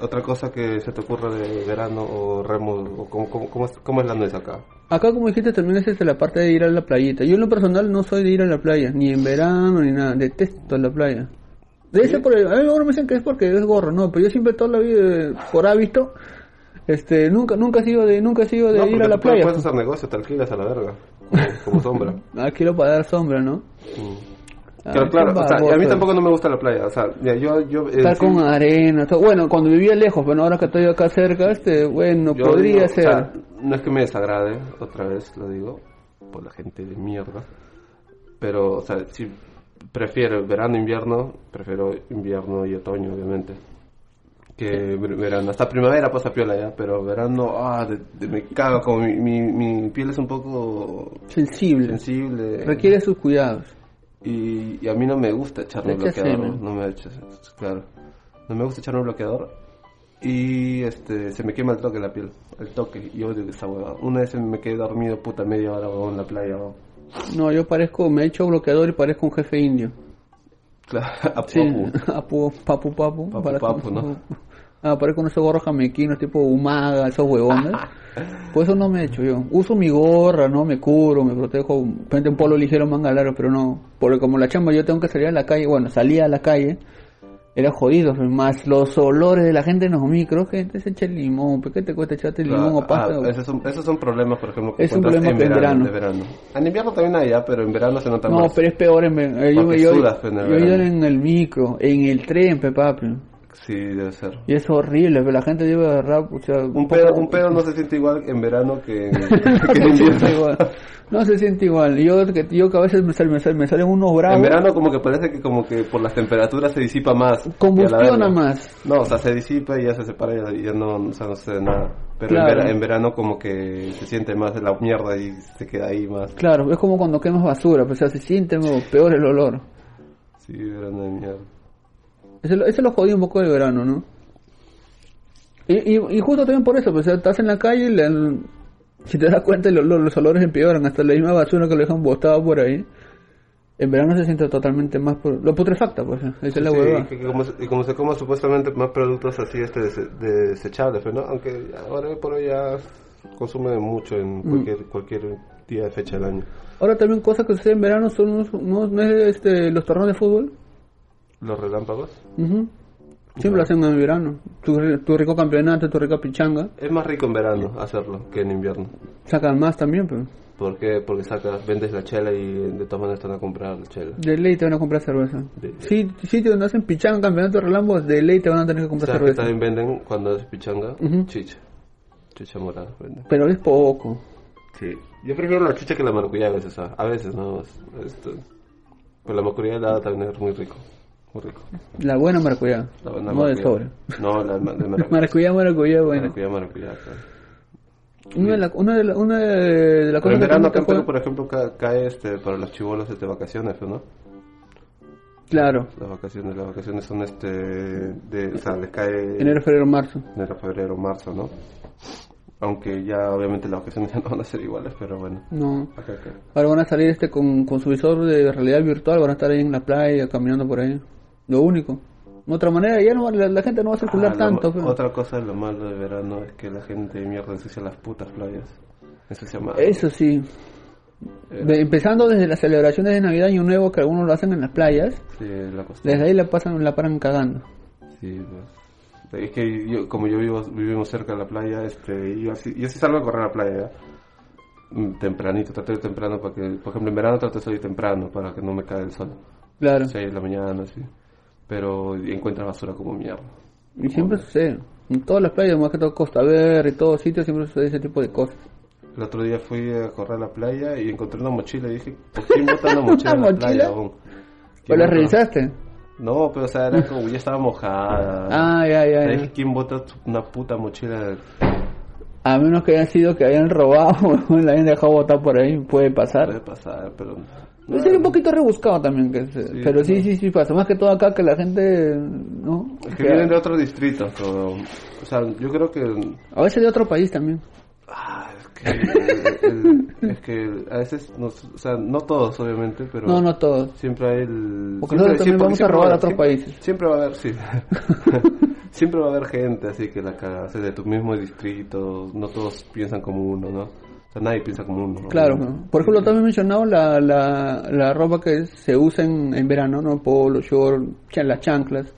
Otra cosa que se te ocurra de verano o remo, o cómo, cómo, cómo es, cómo es la nuez acá.
Acá, como dijiste, también es este, la parte de ir a la playita. Yo, en lo personal, no soy de ir a la playa, ni en verano, ni nada. Detesto la playa. De ese por el- a mí ahora me dicen que es porque es gorro, no, pero yo siempre toda la vida, eh, por hábito, este, nunca, nunca he sido de, nunca he sido de
no,
ir
porque
a la
tú
playa.
Puedes hacer negocios, te alquilas a la verga. Como, como sombra.
Aquí lo para dar Ah, sombra, ¿no? Ah, Ay,
Pero claro,
qué
o sea, y a mí
baboso.
tampoco no me gusta la playa. O sea, ya, yo, yo, eh,
Estar
sí,
con arena, todo. Bueno, cuando vivía lejos, bueno, ahora que estoy acá cerca, este, bueno,
yo
podría
digo, o
ser.
sea, no es que me desagrade, otra vez lo digo, por la gente de mierda. Pero, o sea, si prefiero verano, invierno, prefiero invierno y otoño, obviamente. Que ver- verano, hasta primavera pasa piola ya, pero verano, ah, de- de- me cago, como mi, mi, mi piel es un poco
sensible.
sensible.
Requiere sus cuidados.
Y, y a mí no me gusta
Le
echarme
echas
bloqueador.
semen.
No me echas, claro. No me gusta echarme bloqueador. Y este, se me quema el toque la piel. El toque. Y odio esa hueva. Una vez me quedé dormido puta media hora huevón, en la playa. huevón.
No, yo parezco, me he hecho bloqueador y parezco un jefe indio.
Claro, a
Sí,
poco.
apu, papu, papu.
Papu,
parece-
papu, ¿no?
Ah, parezco unos gorros jamequinos, tipo humaga, esos huevones. Por eso no me he hecho yo. Uso mi gorra, ¿no? Me cubro, me protejo. Prende un polo ligero, manga largo, pero no. Porque como la chamba yo tengo que salir a la calle, bueno, salía a la calle, era jodido. Más los olores de la gente en los micros, gente, se echa el limón. ¿Por qué te cuesta echarte el limón o
Ah,
pasta?
ah, esos, son, esos son problemas, por ejemplo, que
Es un
encuentras
problema que en
en verano, de verano. En invierno también hay, ya, pero en verano se nota
no,
más.
pero es peor en... ver- eh, Yo,
Porque
yo,
sudas pues, en el
yo he ido
verano.
en el micro, en el tren, pe, papi.
Sí, debe ser.
Y es horrible, pero la gente debe agarrar, pucha,
Un
poco-
pedo, un pedo no se siente igual en verano que en, que en
No se siente
invierno.
igual. No se siente igual. Yo que, yo que a veces me, sal- me, sal- me salen unos bravos.
En verano como que parece que como que por las temperaturas se disipa más. Y a la
Combustiona
verga.
más.
No, o sea, se disipa y ya se separa y ya- y ya no, o sea, no se nada. Pero
Claro.
en, vera- en verano como que se siente más la mierda y se queda ahí más.
Claro, es como cuando quemas basura, pues, o sea, se siente como peor el olor.
Sí, verano de mierda.
Eso, lo- eso lo jodí un poco del verano, ¿no? Y, y, y justo también por eso, pues, o sea, estás en la calle y le- si te das cuenta el olor- los olores empeoran, hasta la misma basura que lo dejan botado por ahí. En verano se siente totalmente más... por- Lo putrefacta, pues, esa es la
Sí,
huevada.
que- que como se- y como se coma supuestamente más productos así este des- de desechables, pues, ¿no? Aunque ahora hoy por hoy ya consume mucho
Mm.
en cualquier, cualquier día de fecha del año.
Ahora también cosas que suceden en verano son unos- no, no es, este, los torneos de fútbol.
Los relámpagos.
Ujú. Siempre lo hacen en verano. Tu, ri- tu rico campeonato, tu rica pichanga.
Es más rico en verano hacerlo que en invierno.
Sacan más también, pero
¿Por qué? Porque sacas, vendes la chela y de todas maneras te van a comprar la chela.
de ley te van a comprar cerveza.
De-
Sí, sitio donde hacen pichanga, campeonato de relambos, de ley te van a tener que comprar
¿Sabes que
cerveza.
también venden cuando es pichanga?
Ujú.
Chicha. Chicha morada venden.
Pero es poco.
Sí. Yo prefiero la chicha que la maracuyá a veces, ¿ah? a veces nada más. Esto. Pero la maracuyá helada también es muy rico. Muy rico.
La buena maracuyá.
La- la
no de
maracuyá.
sobre.
No, la ma- de maracuyá.
Maracuyá, maracuyá, bueno.
maracuyá, maracuyá. claro.
Una de, la- una de, la- una de las
Pero
cosas
en
que
verano
también te
acá en Perú,
juegan-
por ejemplo, ca- cae este, para los chivolos este, vacaciones, ¿no?
Claro.
Las vacaciones, las vacaciones son este, de, o sea, les cae...
Enero, febrero, marzo.
enero, febrero, marzo, ¿no? Aunque ya obviamente las vacaciones ya no van a ser iguales, pero bueno.
No.
Acá, acá.
Ahora van a salir este con, con su visor de realidad virtual, van a estar ahí en la playa caminando por ahí. Lo único. De otra manera, ya no va- la, la gente no va a circular
Ah, lo
tanto.
ma-
pero-
Otra cosa de lo malo de verano es que la gente de mierda ensucia las putas playas. Ensucia más.
Eso sí.
Eh.
De- empezando desde las celebraciones de Navidad y Año Nuevo que algunos lo hacen en las playas,
Sí, la costumbre.
desde ahí la pasan la paran cagando.
Sí, pues. Es que yo, como yo vivo, vivimos cerca de la playa, este, yo, sí, yo sí salgo a correr a la playa, ¿ya? Mm, Tempranito, trato de ir temprano para que, por ejemplo, en verano trato de salir temprano para que no me caiga el sol.
Claro.
6 de la mañana, así. Pero encuentras basura como mierda.
Y siempre sucede. En todas las playas, más que todo Costa Verde y todos sitios, siempre sucede ese tipo de cosas.
El otro día fui a correr a la playa y encontré una mochila y dije, ¿por qué botan una mochila en la
¿Una mochila?
playa? huevón?
¿O la
¿Quién bota?
revisaste?
No, pero o sea, era como ya estaba mojada.
Ah, ya,
O sea,
ya,
dije,
ya.
¿quién bota tu- una puta mochila
A menos que hayan sido que hayan robado, la hayan dejado botar por ahí, puede
Puede
pasar.
pasar, pero...
Pero sería Pues un poquito rebuscado también, que se-
Sí,
pero sí, sí, sí pasa. Más que todo acá que la gente, ¿no?
Es que
Que
vienen de
a,
otros distritos, o, o sea, yo creo que
a veces de otro país también.
Ah, es que, el- el- es que a veces, nos, o sea, no todos obviamente, pero
No, no todos.
siempre hay el...
Porque
siempre,
nosotros también vamos a
siempre va
robar a
haber-
otros
siempre-
países.
Siempre va a haber, sí. siempre va a haber gente así que la caga, o sea, de tu mismo distrito, no todos piensan como uno, ¿no? O sea, nadie piensa como uno. ¿no?
Claro, ¿no? por ejemplo, también he mencionado la, la, la ropa que se usa en, en verano, ¿no? Polo, short, chan- las chanclas.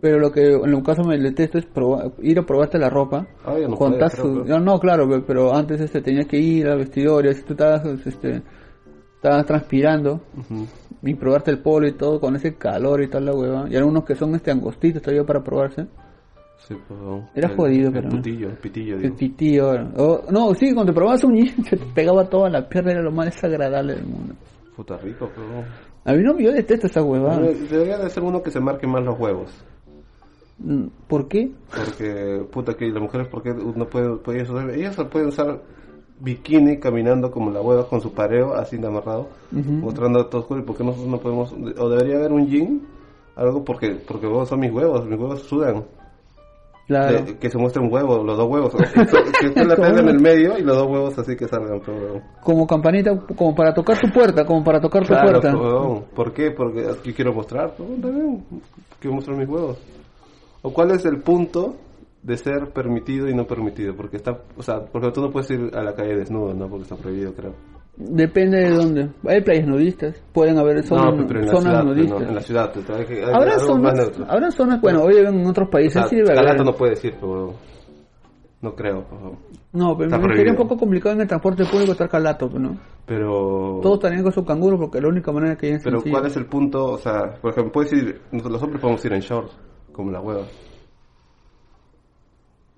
Pero lo que en un caso me detesto es proba- ir a probarte la ropa.
Ahora Ah, ya no
con
puedes,
tazos.
creo, pero-
no, no, claro, pe- pero antes este, tenías que ir al vestidor y así tú estabas, este, estabas transpirando
Ujú.
y probarte el polo y todo con ese calor y tal la hueva. Y algunos que son este angostitos todavía para probarse.
Sí, pero-
Era
el-
jodido,
el
pero-
Putillo, el pitillo,
El
digo.
pitío. o- no, sí, cuando te probabas un jean se te pegaba toda la pierna, era lo más desagradable del mundo.
Puta rico, pero...
A mí no, yo detesto esa huevada.
Debería de ser uno que se marque más los huevos.
Mm, ¿Por qué?
Porque, puta, que las mujeres, porque no pueden, pueden usar? Ellas pueden usar bikini caminando como la hueva con su pareo, así de amarrado, mostrando todo oscuro. ¿Y por qué nosotros no podemos? O debería haber un jean, algo porque porque huevos son mis huevos, mis huevos sudan.
Claro.
De- que se muestren huevos, los dos huevos. que tú la tenga en el medio y los dos huevos así que salgan. Pero,
Como campanita, como para tocar tu puerta, como para tocar tu puerta.
huevón. oh, ¿Por qué? Porque yo quiero mostrar, huevón, también. Quiero mostrar mis huevos. ¿O cuál es el punto de ser permitido y no permitido? Porque está, o sea, porque tú no puedes ir a la calle desnudo, ¿no? Porque está prohibido, creo.
Depende de dónde. Hay playas nudistas, pueden haber zonas,
no, pero en la
zonas
ciudad,
nudistas.
no, en la ciudad. te trae que- hay
Habrá
algo más
zonas,
neutro.
habrá zonas, bueno, hoy en otros
O
países
sea,
sí debe haber.
Calata pues, no puedes ir, pero no creo. pero-
No, pero
Está
me sería un
prohibido.
poco complicado en el transporte público estar calato, pues, ¿no?
Pero...
Todos estarían con su canguro porque es la única manera que hay en
Pero
sencillo.
¿cuál es el punto? O sea, por ejemplo, puedes ir, nosotros los hombres podemos ir en short, como la hueva.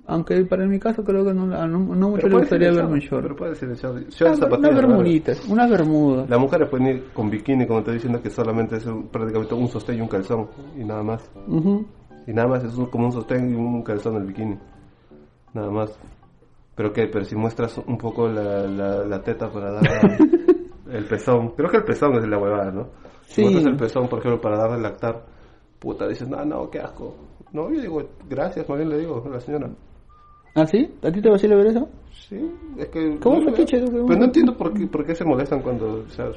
Aunque para en mi caso creo que no, no, no mucho
Pero
le
puedes
gustaría
ir en
verme en Ah,
short. Pero
short.
puedes ir en short. Short,
Unas
zapatillas,
unas
¿no?
bermuditas, unas bermudas.
Las mujeres pueden ir con bikini, como te estoy diciendo, que solamente es un- prácticamente un sostén y un calzón, y nada más.
Ujú.
Y nada más, es un- como un sostén y un calzón el bikini. Nada más. Pero que, pero si muestras un poco la, la, la teta para dar el pezón. Creo que el pezón es la huevada, ¿no?
Sí.
Si muestras el pezón, por ejemplo, para darle lactar, puta, dices, no, no, qué asco. No, yo digo, gracias, más bien le digo a la señora.
¿Ah, sí? ¿A ti te va a ver eso?
Sí, es que...
¿Cómo
no,
fetiche?
Pues no entiendo por qué, por qué se molestan cuando, o sea,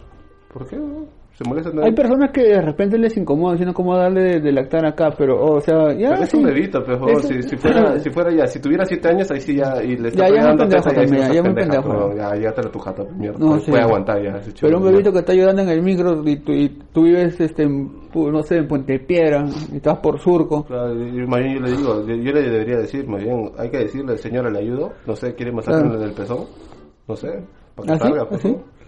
¿por qué? no? Se molestan...
Hay personas que de repente les incomoda diciendo cómo darle de, de lactar acá, pero, o sea, ya.
Pero es
Ah, sí.
un bebito, pero
Eso-
si, si, fuera, si fuera ya, si tuviera 7 años, ahí sí ya, y le está
Ya, ya es un
pegando
pendejo
teta, sí
también,
no seas
ya es un
pendeja,
pendejo.
pero Ya, ya te la tu jata, mierda.
No,
No,
sí.
Puede aguantar ya. ese
Pero
chulo,
un bebito que está llorando en el micro y tú, y tú vives, este, en, pu- no sé, en Puente Piedra y estás por surco.
Claro, y más bien yo le digo, yo yo le debería decir, más bien, hay que decirle, señora, le ayudo, no sé, quiere masajarle
Claro. ¿Ah,
del pezón, no sé, para que
¿Así?
salga, pues,
¿Así?
¿no?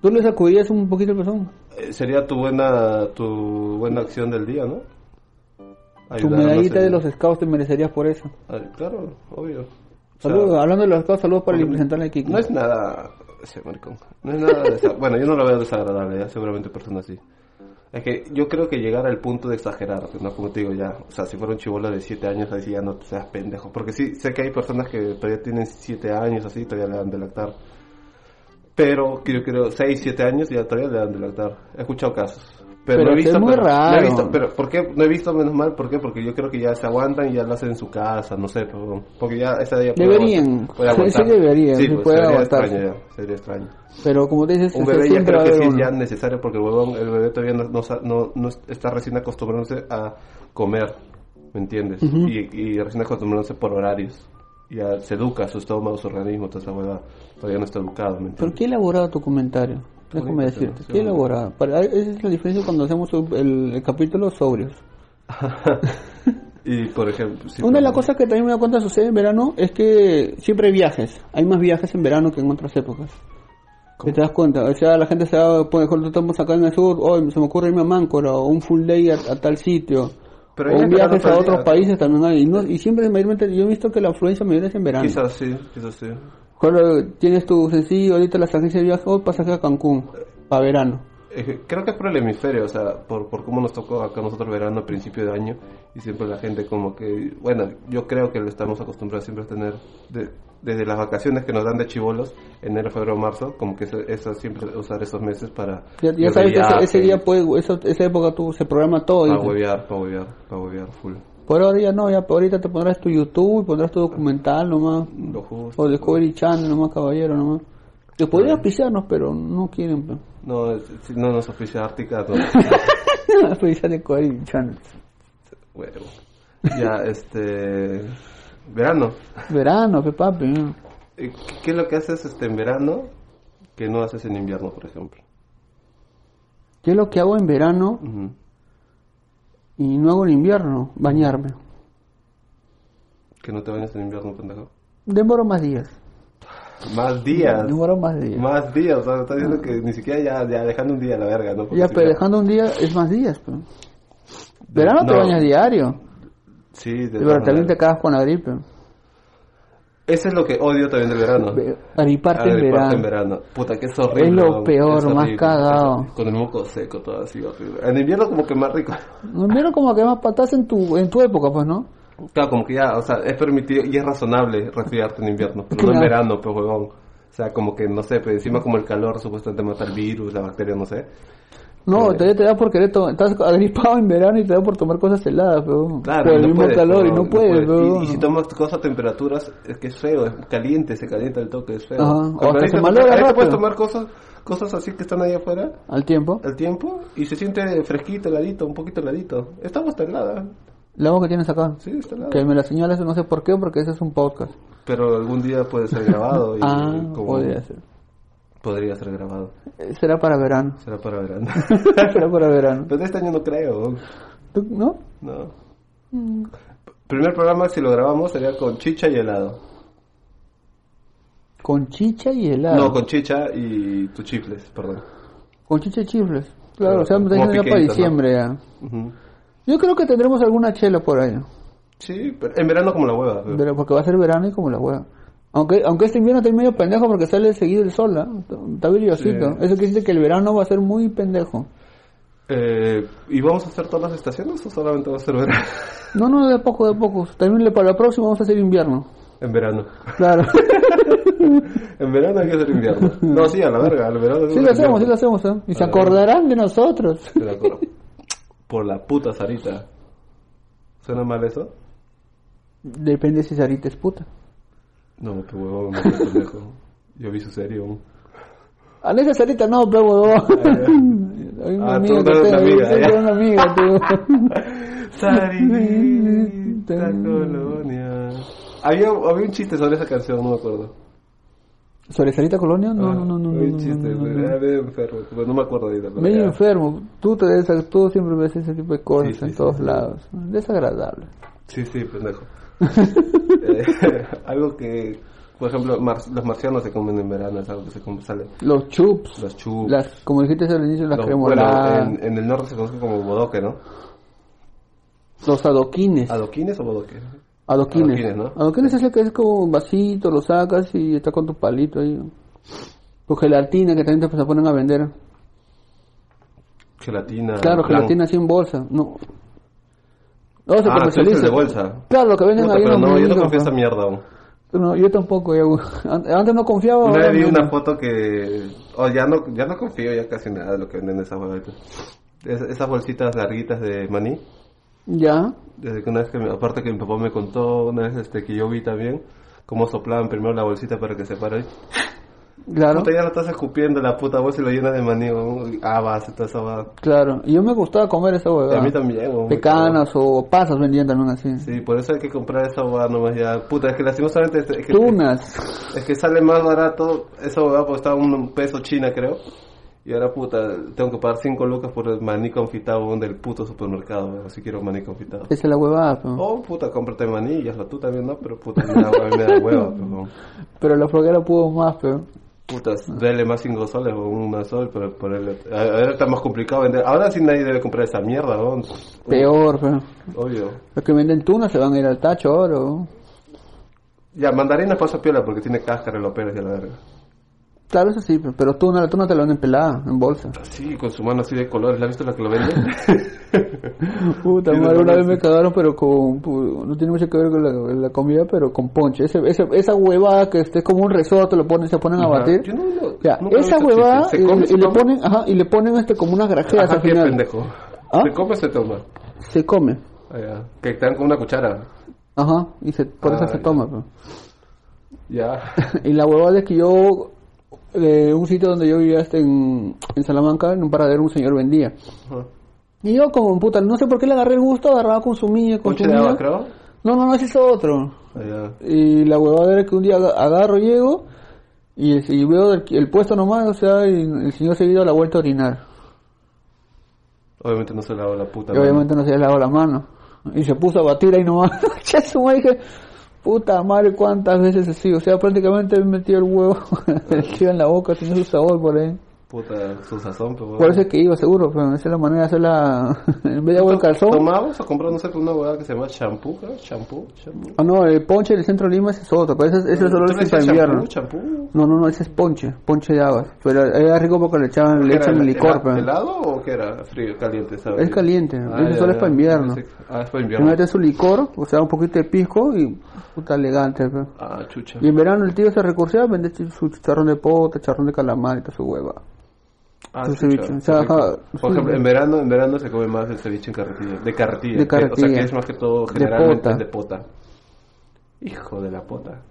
Tú le sacudías un poquito el pezón.
Eh, Sería tu buena, tu buena acción del día, ¿no?
Tu
Ayudar a la
medallita de
señora.
los scouts te merecerías por eso.
Ay, Claro, obvio. O sea,
Saludos, hablando de los scouts, saludos para el representante de Kiki.
No es nada. Ese maricón. No es nada. desa- bueno, yo no lo veo desagradable, ya, seguramente personas así. Es que yo creo que llegar al punto de exagerar, ¿no? Como te digo, ya. O sea, si fuera un chivolo de 7 años, ahí sí ya no te seas pendejo. Porque sí, sé que hay personas que todavía tienen 7 años, así, todavía le dan de lactar. Pero que yo creo, 6, 7 años, ya todavía le dan de lactar. He escuchado casos. Pero,
Pero
no he
es
visto,
muy
pero- no he
raro.
visto, pero ¿por qué? No he visto, menos mal, ¿por qué? Porque yo creo que ya se aguantan y ya lo hacen en su casa, no sé, pero- porque ya esa edad ya puede
Deberían.
aguantar, puede
Sí,
aguantar.
sí deberían, sí
pues,
puede
sería
aguantar.
extraño ya, sería extraño.
Pero como te dices,
Un
este,
bebé ya
siempre va
creo
a
que sí
haber
es ya
uno.
necesario porque el, huevón- el bebé todavía no, no sa- no- no está recién acostumbrándose a comer, ¿me entiendes? y, y recién acostumbrándose por horarios. Ya se educa su estómago, su organismo, toda esa huevada. Todavía no está educado, ¿me
Pero
entiendes?
qué elaborado tu comentario. Déjame
Bonito,
decirte,
sí,
qué
sí.
elaborado. Para, ah, esa es la diferencia cuando hacemos un- el, el capítulo sobrios.
y por ejemplo... sí, pues,
Una de
pero-
las cosas que también me da cuenta sucede en verano es que siempre hay viajes. Hay más viajes en verano que en otras épocas.
¿Cómo?
¿Te das cuenta? O sea, la gente se da, por ejemplo, estamos acá en el sur, hoy se me ocurre irme a Máncora o un full day a, a tal sitio.
Pero
o
ahí
un
es verano
viajes
todo
a
el
otros
día.
países también hay. Y, no- y siempre mayormente, yo he visto que la afluencia mayor es en verano.
Quizás sí, quizás sí.
Claro, tienes tu sencillo, ahorita las agencias de viaje, hoy pasaje a Cancún, para verano.
Es que eh, Creo que es por el hemisferio, o sea, por, por cómo nos tocó acá nosotros verano a principio de año y siempre la gente como que, bueno, yo creo que lo estamos acostumbrados siempre a tener de desde las vacaciones que nos dan de chivolos, enero, febrero, marzo, como que eso, eso siempre usar esos meses para...
Ya, ya
de
sabes que ese,
viaje,
ese día puede, esa, esa época tú se programa todo.
Para
dices.
huevear, para huevear, para huevear, full.
Por ahora ya no, ya por ahorita te pondrás tu YouTube y pondrás tu documental nomás.
Lo justo.
O Discovery Channel nomás, caballero nomás. Que podrían auspiciarnos, pero no quieren. pe.
No, es- si no nos oficia Ártica, no.
Auspiciar Discovery Channel.
Huevo. Ya, este... Verano.
Verano, pe papi. ¿no?
Eh, ¿Qué es lo que haces este, en verano que no haces en invierno, por ejemplo?
Yo lo que hago en verano
Ujú.
y no hago en invierno, bañarme.
Que no te bañas en invierno, pendejo.
Demoro más días.
Más días.
Demoro más días.
Más días. O sea, estás diciendo que ni siquiera ya, ya dejando un día a la verga, ¿no? Porque
Ya,
si
pero
no-
dejando un día es más días. pe. Verano te
No.
bañas diario.
Sí, de
Pero
todas
también te
maneras.
cagas con la gripe.
Eso es lo que odio también del verano.
Ve- Ariparte en
Ay, parte ah,
verano.
en verano. Puta, que es horrible.
Es lo
weón.
peor,
Es
más
horrible.
cagado.
Con el moco seco, todo así, horrible. En invierno como que más rico.
En invierno como que más patas en tu, en tu época, pues, ¿no?
Claro, como que ya, o sea, es permitido y es razonable resfriarte en invierno, pero no en
Claro.
verano, pues, huevón. O sea, como que, no sé, pero encima como el calor supuestamente mata el virus, la bacteria, no sé.
No,
Eh.
te, te da por querer tomar, estás agripado en verano y te da por tomar cosas heladas, pero
Claro,
por el
no
mismo
puedes,
calor y
huevón,
no puedes, pero
Y, y si tomas cosas a temperaturas, es que es feo, es caliente, se calienta el toque, es feo.
Ajá,
Al
o hasta
parecer,
se malogra
ahí te puedes
rápido.
tomar cosas, cosas así que están ahí afuera,
al tiempo,
al tiempo, y se siente fresquito, heladito, un poquito heladito. Estamos helada,
la voz que tienes acá,
sí, está helada.
que me la señalas no sé por qué, porque ese es un podcast.
Pero algún día puede ser grabado y
ah,
como-
podría ser.
podría ser grabado.
Eh, Será para verano.
Será para verano.
Será para verano.
Pero de este año no creo.
¿Tú- ¿No?
No. Primer programa, si lo grabamos, sería con chicha y helado.
Con chicha y helado.
No, con chicha y tus chifles, perdón.
Con chicha y chifles. Claro,
Claro,
o sea,
como
me ya para
piquenitos, ¿no?
diciembre ya.
Ujú.
Yo creo que tendremos alguna chela por ahí,
Sí, pero en verano como la hueva. pero-
pero porque va a ser verano y como la hueá. Aunque, aunque este invierno está medio pendejo porque sale seguido el sol, ¿ah? está brillosito.
Sí.
Eso quiere decir que el verano va a ser muy pendejo.
Eh, ¿Y vamos a hacer todas las estaciones o solamente va a ser verano?
No, no, de a poco, de a poco. También le- para la próxima vamos a hacer invierno.
en verano.
Claro.
En verano hay que hacer invierno. No, sí, a la verga, al verano. hay que
Sí lo
hacer
hacemos, sí lo
invierno.
hacemos, ¿eh? Y se
Ah,
acordarán de nosotros.
Te la cobro. Por la puta Sarita. ¿Suena mal eso?
Depende si Sarita es puta.
No, qué huevón, no, qué pendejo. Yo vi su serie. aún.
A esa Sarita no, pero huevón. Hay una
Eh. Ah,
amiga
tú
que
eres una
tengo,
amiga,
yo
ya.
tengo una amiga, tío.
Sarita Colonia. Había, había un chiste sobre esa canción, no me acuerdo.
¿Sobre Sarita Colonia? No,
Ah,
no, no, no.
Había
no,
un chiste,
no, no, no.
era medio enfermo. pero no me acuerdo ahorita. pero
Medio
ya.
enfermo. Tú, te des- tú siempre ves ese tipo de cosas
Sí, sí,
en
sí,
todos
sí.
lados. Desagradable.
Sí, sí, pendejo. Eh, algo que, por ejemplo, mar- los marcianos se comen en verano, es algo que se come, sale.
Los chups.
Los chups.
Las, como dijiste al inicio, las
los-
cremoladas.
bueno, en, en el norte se conoce como bodoque, ¿no?
Los adoquines.
¿Adoquines o bodoque?
Adoquines.
Adoquines,
Adoquines,
¿no?
es el que es como un vasito, lo sacas y está con tu palito ahí. O gelatina que también te se ponen a vender.
Ah, Gelatina.
Claro,
plan.
gelatina sin bolsa. No. No se
Ah, tú dices
comercializa.
de bolsa.
Claro, lo que venden
Puta,
ahí en
pero
los
no, yo no
milicos,
confío en esa
¿no?
mierda aún.
No, yo tampoco. ya, güey. An- Antes no confiaba.
Una
ahora
vez vi
menos.
una foto que... Oh, ya no, ya no confío ya casi nada de lo que venden en esas huevitas. Es- esas bolsitas larguitas de maní.
Ya.
Desde que una vez que... mi- aparte que mi papá me contó, una vez este, que yo vi también, cómo soplaban primero la bolsita para que se pare.
Claro.
Puta, ya lo estás escupiendo la puta bolsa y lo llenas de maní. weón. Habas y toda esa va.
Claro, y yo me gustaba comer esa huevada.
A mí también. weón, me
Pecanas o pasas vendían también así.
cago. Sí, por eso hay que comprar esa hueá nomás ya. Puta, es que lastimosamente... este, Es que,
Tunas.
Es que sale más barato, esa huevada porque estaba un peso china, creo. Y ahora, puta, tengo que pagar 5 lucas por el maní confitado weón, del puto supermercado, weón, si quiero maní confitado.
Esa es la huevada. pe.
Oh, puta, cómprate maní, y hazlo tú también, ¿no? Pero, puta, me da, me da hueva, pues, weón.
Pero la floguera pudo más,
Oh.
pero.
Puta,
Ah.
dale más 5 soles o un sol, pero ponerle... a- Ahora está más complicado vender. Ahora sí nadie debe comprar esa mierda, weón.
Peor, pero.
Obvio.
Los que venden tunas se van a ir al tacho ahora. oh. ¿no?
Ya, mandarina pasa piola porque tiene cáscara los pelos y a la verga.
Claro, eso sí, pe, pero tuna, la tuna te la venden pelada, en bolsa.
Sí, con su mano así de colores. ¿La has visto la que lo vende?
Puta madre, una vez me cagaron, pero con. pu- No tiene mucho que ver con la, la comida, pero con ponche. Ese, ese- esa huevada que este, es como un risotto, lo ponen, se ponen a batir.
Ah, Yo no lo-
Ya,
nunca lo he
esa
visto
huevada,
así. Se
y,
come,
y
se
le
toma.
ponen, ajá, y le ponen este como unas grajeas
Ajá,
al
qué
final.
pendejo.
¿Ah?
¿Se come o se toma?
Se come,
Ah, ya. Que están con una cuchara.
ajá, y se, por eso
Ah,
se
ya.
toma. pe.
Ya.
Y la huevada es que yo, de un sitio donde yo vivía este, en, en Salamanca, en un paradero, un señor vendía. Y yo como puta, no sé por qué le agarré el gusto, agarraba, consumía,
¿Ponche de
consumía.
abacrao?
No, no, no, ese es otro.
Ah, ya.
Y la huevada era que un día aga- agarro, llego y, es- y veo el, el puesto nomás, o sea, y el señor se ha ido a la vuelta a orinar.
Obviamente no se lava la puta.
Y obviamente no se le lavó la mano. Y se puso a batir ahí nomás. Ya su madre dije, puta madre, cuántas veces así. O sea, prácticamente me metió el huevo metido en la boca, tenía su sabor por ahí.
mano. Puta, su sazón, pero bueno.
Por eso es que iba seguro, pero esa es la manera de hacer la... en vez de agua el calzón.
Tomabas o comprabas, no sé, una huevada que se llama champú, creo. Champú, champú.
Ah, no, el ponche del centro de Lima ese es otro, pero ese, ese
¿Tú
solo
le
es
decías
para invierno.
champú, champú?
No, no, no, ese es ponche, ponche de habas. Pero era rico porque le echaban, le
¿Qué era,
echan licor,
hela-
pero-
¿Helado o qué era? Frío, caliente, ¿sabes?
Es caliente, eso
ya,
solo es
ya.
para invierno.
Ah, es para
Le
invierno.
mete su licor, o sea, un poquito de pisco y puta elegante, pero...
Ah, chucha.
Y en verano el tío se recursea, vende ch- su chicharrón de pota, chicharrón de calamar y toda su hueva.
Ah,
Su
chucha,
ceviche, o
qué
sea,
rico.
ajá,
Por
sí.
ejemplo, en verano, en verano se come más el ceviche en carretilla. De carretilla.
De
que- O sea,
carretilla.
que es más que todo
De
generalmente
pota.
de pota. Hijo de la pota.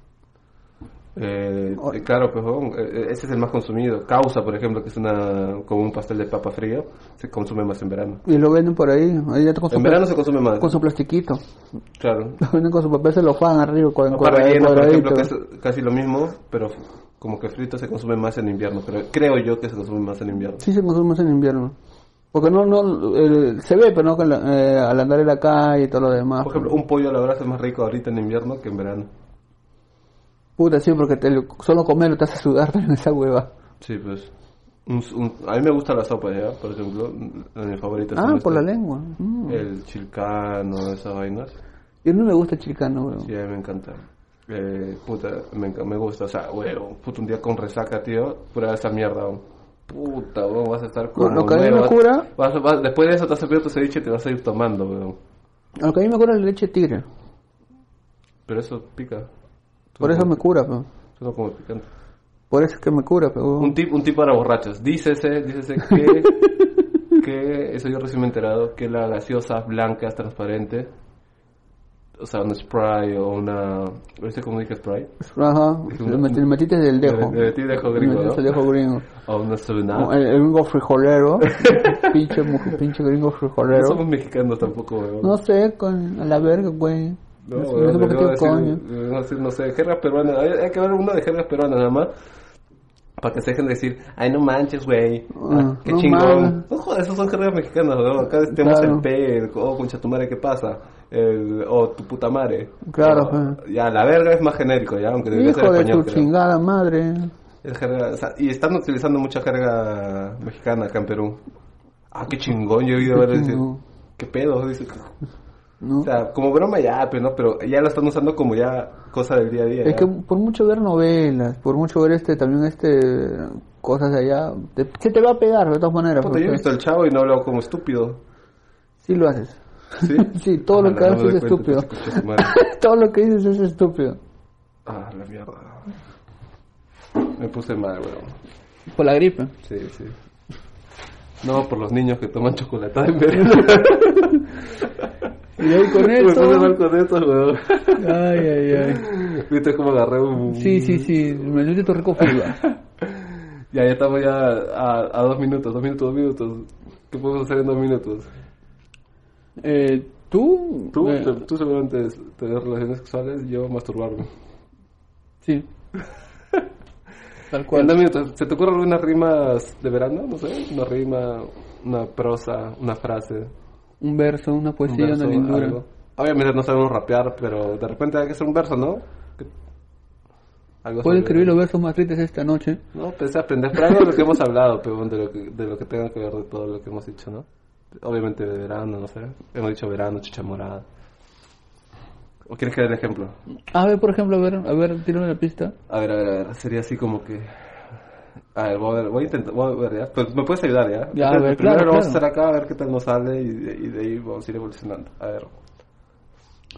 Eh, eh, claro, pues, huevón, eh, eh, ese es el más consumido. Causa, por ejemplo, que es una como un pastel de papa fría, se consume más en verano.
Y lo venden por ahí, ahí ya con su,
En verano se consume más,
con su plastiquito.
claro.
Lo venden con su papel celofán arriba, con
Papa rellena, por ejemplo,
cuadradito.
que es casi lo mismo, pero como que frito se consume más en invierno. Pero creo yo que se consume más en invierno.
Sí se consume más en invierno. Porque no, no, eh, se ve, pero no con la- eh, al andar en la calle y todo lo demás.
Por ejemplo, un pollo a la brasa es más rico ahorita en invierno que en verano.
Puta, sí, porque te, lo- solo comerlo te hace sudar en esa hueva.
Sí, pues. Un- un- a mí me gusta la sopa, ¿ya? Por ejemplo, la de mi favorita
Ah,
son
por la
estas-
lengua. Mm.
El chilcano, esas vainas.
Yo no me gusta el chilcano, huevón.
Sí, a mí me encanta. Eh, puta, me, enca- me gusta. O sea, huevo, puta, un día con resaca, tío, pura esa mierda, huevón. Puta, huevón, vas a estar como
lo que a mí me
nuevo, vas-
cura-
vas- vas- después de eso te has servido tu ceviche y te vas a ir tomando, huevón.
Lo que a mí me cura es la leche de tigre.
Pero eso pica.
Por eso me cura, pe.
Eso no como picante.
Por eso es que me cura, pe, huevón.
Un tip, un tip para borrachos. Dícese, dícese que, que, eso yo recién me he enterado, que las gaseosas blancas, transparentes, o sea, una Sprite o una, ¿viste cómo dije Sprite?
Ajá, le metí- le metiste del dejo.
Le- le metí dejo gringo,
Le metiste
¿no?
el dejo gringo.
O una Seven
Como
Up.
El, el gringo frijolero. pinche, mu- pinche gringo
No
frijolero.
somos mexicanos tampoco, weón.
No sé, con a la verga, güey. No, sé- no sé por qué tiene coño.
no, sé, no sé, jergas peruanas, hay, hay que ver una de jergas peruanas nada más. Para que se dejen de decir, ay, no manches, güey. Ah,
Ah,
qué
no
chingón.
mames.
No jodas, esos son jergas mexicanas, weón. Acá tenemos
Claro.
el P, el oh, concha tu madre, ¿qué pasa? El, oh, tu puta madre.
Claro,
O, ya, la verga es más genérico, ya, aunque debería ser
Hijo de tu
español. creo.
chingada madre.
Es jerga, o sea, y están utilizando mucha jerga mexicana acá en Perú. Ah, qué chingón, yo he oído
Qué
ver decir.
chingón.
¿Qué pedo? Dice,
¿no?
o sea, como broma ya, pero, no, pero ya lo están usando como ya cosa del día a día.
es
ya.
que por mucho ver novelas, por mucho ver este también este cosas de allá, te- se te va a pegar de todas maneras.
Puta, yo he
porque
visto el chavo y no hablado como estúpido.
Sí lo haces.
Sí,
Sí, todo lo
Ah,
que
no, no
haces
me
es
doy cuenta,
estúpido.
concha su madre.
todo lo que dices es estúpido.
Ah, la mierda. Me puse mal, weón.
Por la gripe.
Sí, sí. No, por los niños que toman chocolatada en verano.
Y ahí con
Me puse mal
eso.
con eso, weón.
Ay, ay, ay.
Viste cómo agarré un...
Sí, sí, sí. Me dio tu rico frío.
Ya, ya estamos ya a, a dos minutos, dos minutos, dos minutos. ¿Qué podemos hacer en dos minutos?
Eh, ¿Tú?
Tú,
Eh,
te- tú seguramente es- tener relaciones sexuales, yo masturbarme.
Sí. Tal
En
cual.
dos minutos, ¿se te ocurren algunas rimas de verano? No sé, una rima, una prosa, una frase.
Un verso, una
un
poesía,
verso,
una lindura.
algo. Obviamente no sabemos rapear, pero de repente hay que hacer un verso, ¿no? Que- Algo
Puedes
sobre-
escribir los versos más tristes esta noche.
No, pensé aprender, pero algo de lo que hemos hablado, pero de lo, que, de lo que tenga que ver de todo lo que hemos dicho, ¿no? Obviamente de verano, no sé. Hemos dicho verano, chicha morada. ¿O quieres que dé el ejemplo? Ah.
A ver, por ejemplo, a ver, a ver, tírame la pista.
A ver, a ver, a ver. Sería así como que... A ver, voy a ver, voy a intentar, voy a ver ya. Pues me puedes ayudar ya.
Ya, a ver,
primero
claro,
vamos a
claro.
estar acá a ver qué tal nos sale y, de- y de ahí vamos a ir evolucionando. A ver.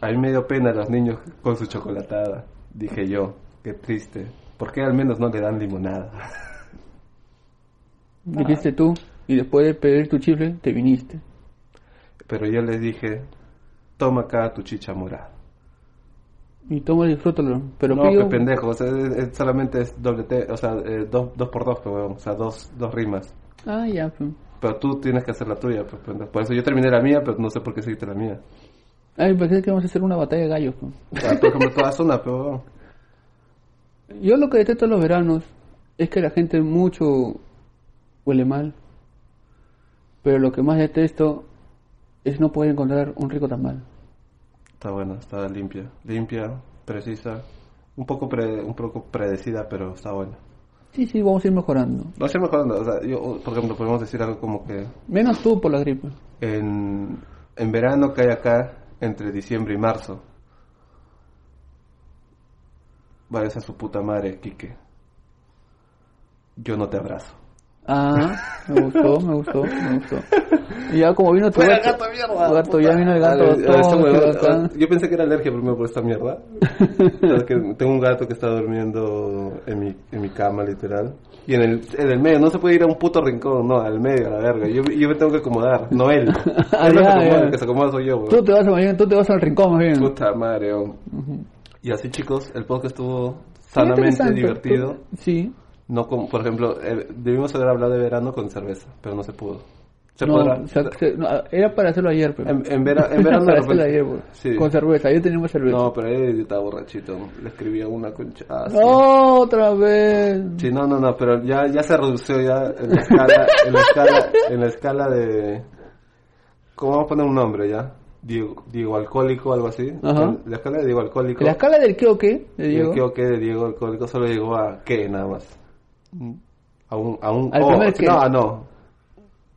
A mí me dio pena los niños con su chocolatada. Dije yo, qué triste. ¿Por qué al menos no le dan limonada?
Dijiste tú y después de pedir tu chifle te viniste.
Pero yo les dije, toma acá tu chicha morada.
Y toma y disfrútalo. Pero
no,
pido-
pues pendejo, o sea, es- es- solamente es doble T, o sea, eh, dos, dos por dos, pues, huevón, o sea, dos, dos rimas.
Ah, ya, pues.
Pero tú tienes que hacer la tuya, pues, pendejo. Por eso yo terminé la mía, pero no sé por qué seguiste la mía.
Ay, pensé que vamos a hacer una batalla de gallos, pues.
O sea, por ejemplo, toda zona, pero huevón.
Yo lo que detesto en los veranos es que la gente mucho huele mal. Pero lo que más detesto es no poder encontrar un rico tamal.
está buena, está limpia. Limpia, precisa, un poco pre- un poco predecida, pero está buena.
Sí, sí, vamos a ir mejorando.
No sé mejorando, o sea, yo, por ejemplo, podemos decir algo como que
Menos tú por la gripe.
en, en verano que hay acá entre diciembre y marzo. Vayas a su puta madre, Quique. Yo no te abrazo.
Ah, me gustó, me gustó, me gustó. Y ya como vino tu
Fuera
gato,
gato, mierda,
gato, ya
puta.
vino el
A
gato.
ver, a ver, este
todo,
huevón,
acá.
a ver, yo pensé que era alergia primero por esta mierda. Pero que tengo un gato que está durmiendo en mi, en mi cama, literal. Y en el, en el medio, no se puede ir a un puto rincón, no, al medio, a la verga. Yo, yo me tengo que acomodar, no él. Él no se
Ah, ya,
acomoda,
ya.
el que se acomoda soy yo, weón.
Tú te vas a mañana, tú te vas al rincón más bien.
Puta madre, weón. Y así, chicos, el podcast estuvo sanamente
Interesante,
divertido.
tú- Sí.
No como, por ejemplo, eh, debimos haber hablado de verano con cerveza, pero no se pudo. Se
No,
podrá. Em,
o sea, se- no, era para hacerlo ayer, pero.
En, en vera- en verano de
para hacerlo
repente-
ayer, pues.
Sí.
Con cerveza, ayer teníamos cerveza.
No, pero él estaba borrachito. Le escribía una concha. Ah, sí.
Otra vez.
Sí, no, no, no, pero ya, ya se redució ya en la escala, en la escala, en la escala de... ¿Cómo vamos a poner un nombre ya? Diego, Diego Alcohólico, algo así.
Ajá.
En La escala de Diego Alcohólico.
La escala del qué o qué, de Diego,
Yo creo que de Diego Alcohólico solo llegó a qué nada más. A un... A un
Al
o.
primer qué.
No, ah, no.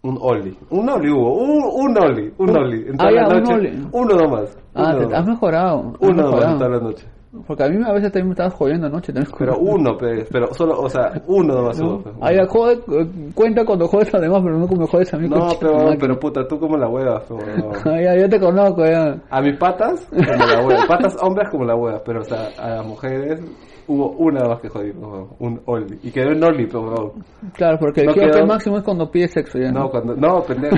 Un Oli. Un Oli hubo. Un, un Oli. Un
Un-
Oli. En
Ah,
toda la
ya, un
noche.
Oli.
Uno nomás.
Ah,
uno
te,
nomás.
has mejorado. has
Uno nomás en toda
mejorado.
la noche.
Porque a mí a veces también me estabas jodiendo anoche. También
Pero uno, pe, pero solo, o sea, uno nomás hubo. pues. pe.
Ahí jode, eh, cuenta cuando jodes a los demás, pero no como jodes a mí.
No,
concha tu
pero,
madre.
pero puta, tú como la huevas, pe, huevón.
Ay, ya, yo te conozco, ya.
A mis patas, como la huevas. Patas hombres como la huevas, pero o sea, a las mujeres hubo una más que jodí, pe, huevón. Un oldie. Y quedó en oldie, pero
Claro, porque el
No
que o qué
quedó-
máximo es cuando pides sexo, ya.
No, cuando, no, pendejo.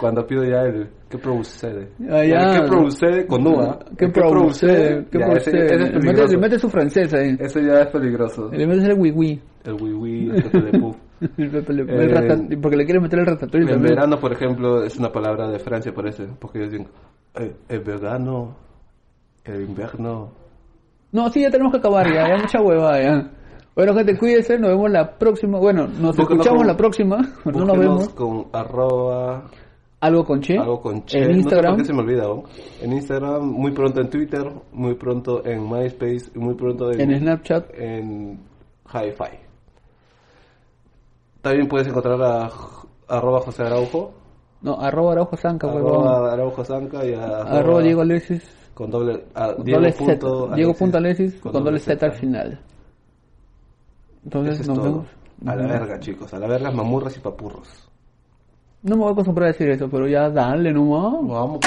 cuando pido ya el, ¿qué procede?
Ah, ya.
El ¿Qué procede con uva?
¿Qué
El
produce? ¿Qué
Ya,
produce?
Ese, ese es
Le mete-
peligroso.
Le mete su francés ahí.
Ese ya es peligroso.
Le metes el wiwi.
El wiwi, el pepelepu.
El Pepe Le-
Eh,
el ratat- Porque le quieres meter el ratatouille
En
también.
verano, por ejemplo, es una palabra de Francia, parece, porque ellos dicen, el, el verano, el invierno.
No, sí, ya tenemos que acabar ya, ya mucha huevada ya. Bueno, gente, cuídense, nos vemos la próxima. Bueno, nos
Búsquenos
escuchamos
con-
la próxima, no nos
Búsquenos
vemos.
con arroba,
Algo con Che.
algo con che.
En
No sé por
Instagram.
qué se me olvida, ¿no? En Instagram, muy pronto en Twitter, muy pronto en MySpace, y muy pronto en,
en Snapchat.
en Hi-Fi. También puedes encontrar a j- arroba José Araujo,
No, arroba Araujo Sanca, huevón.
arroba Araujo Zanca y a
Arroba Diego Alexis.
con doble, a-
con
Diego
doble Z.
punto
Diego
Alexis,
punto Alexis con, doble Z, al
Z.
final. Entonces,
Eso es
nos
todo.
vemos.
A la verga, chicos. A la verga, mamurras y papurros.
No me voy a acostumbrar a decir eso, pero ya dale nomás.
Vamos.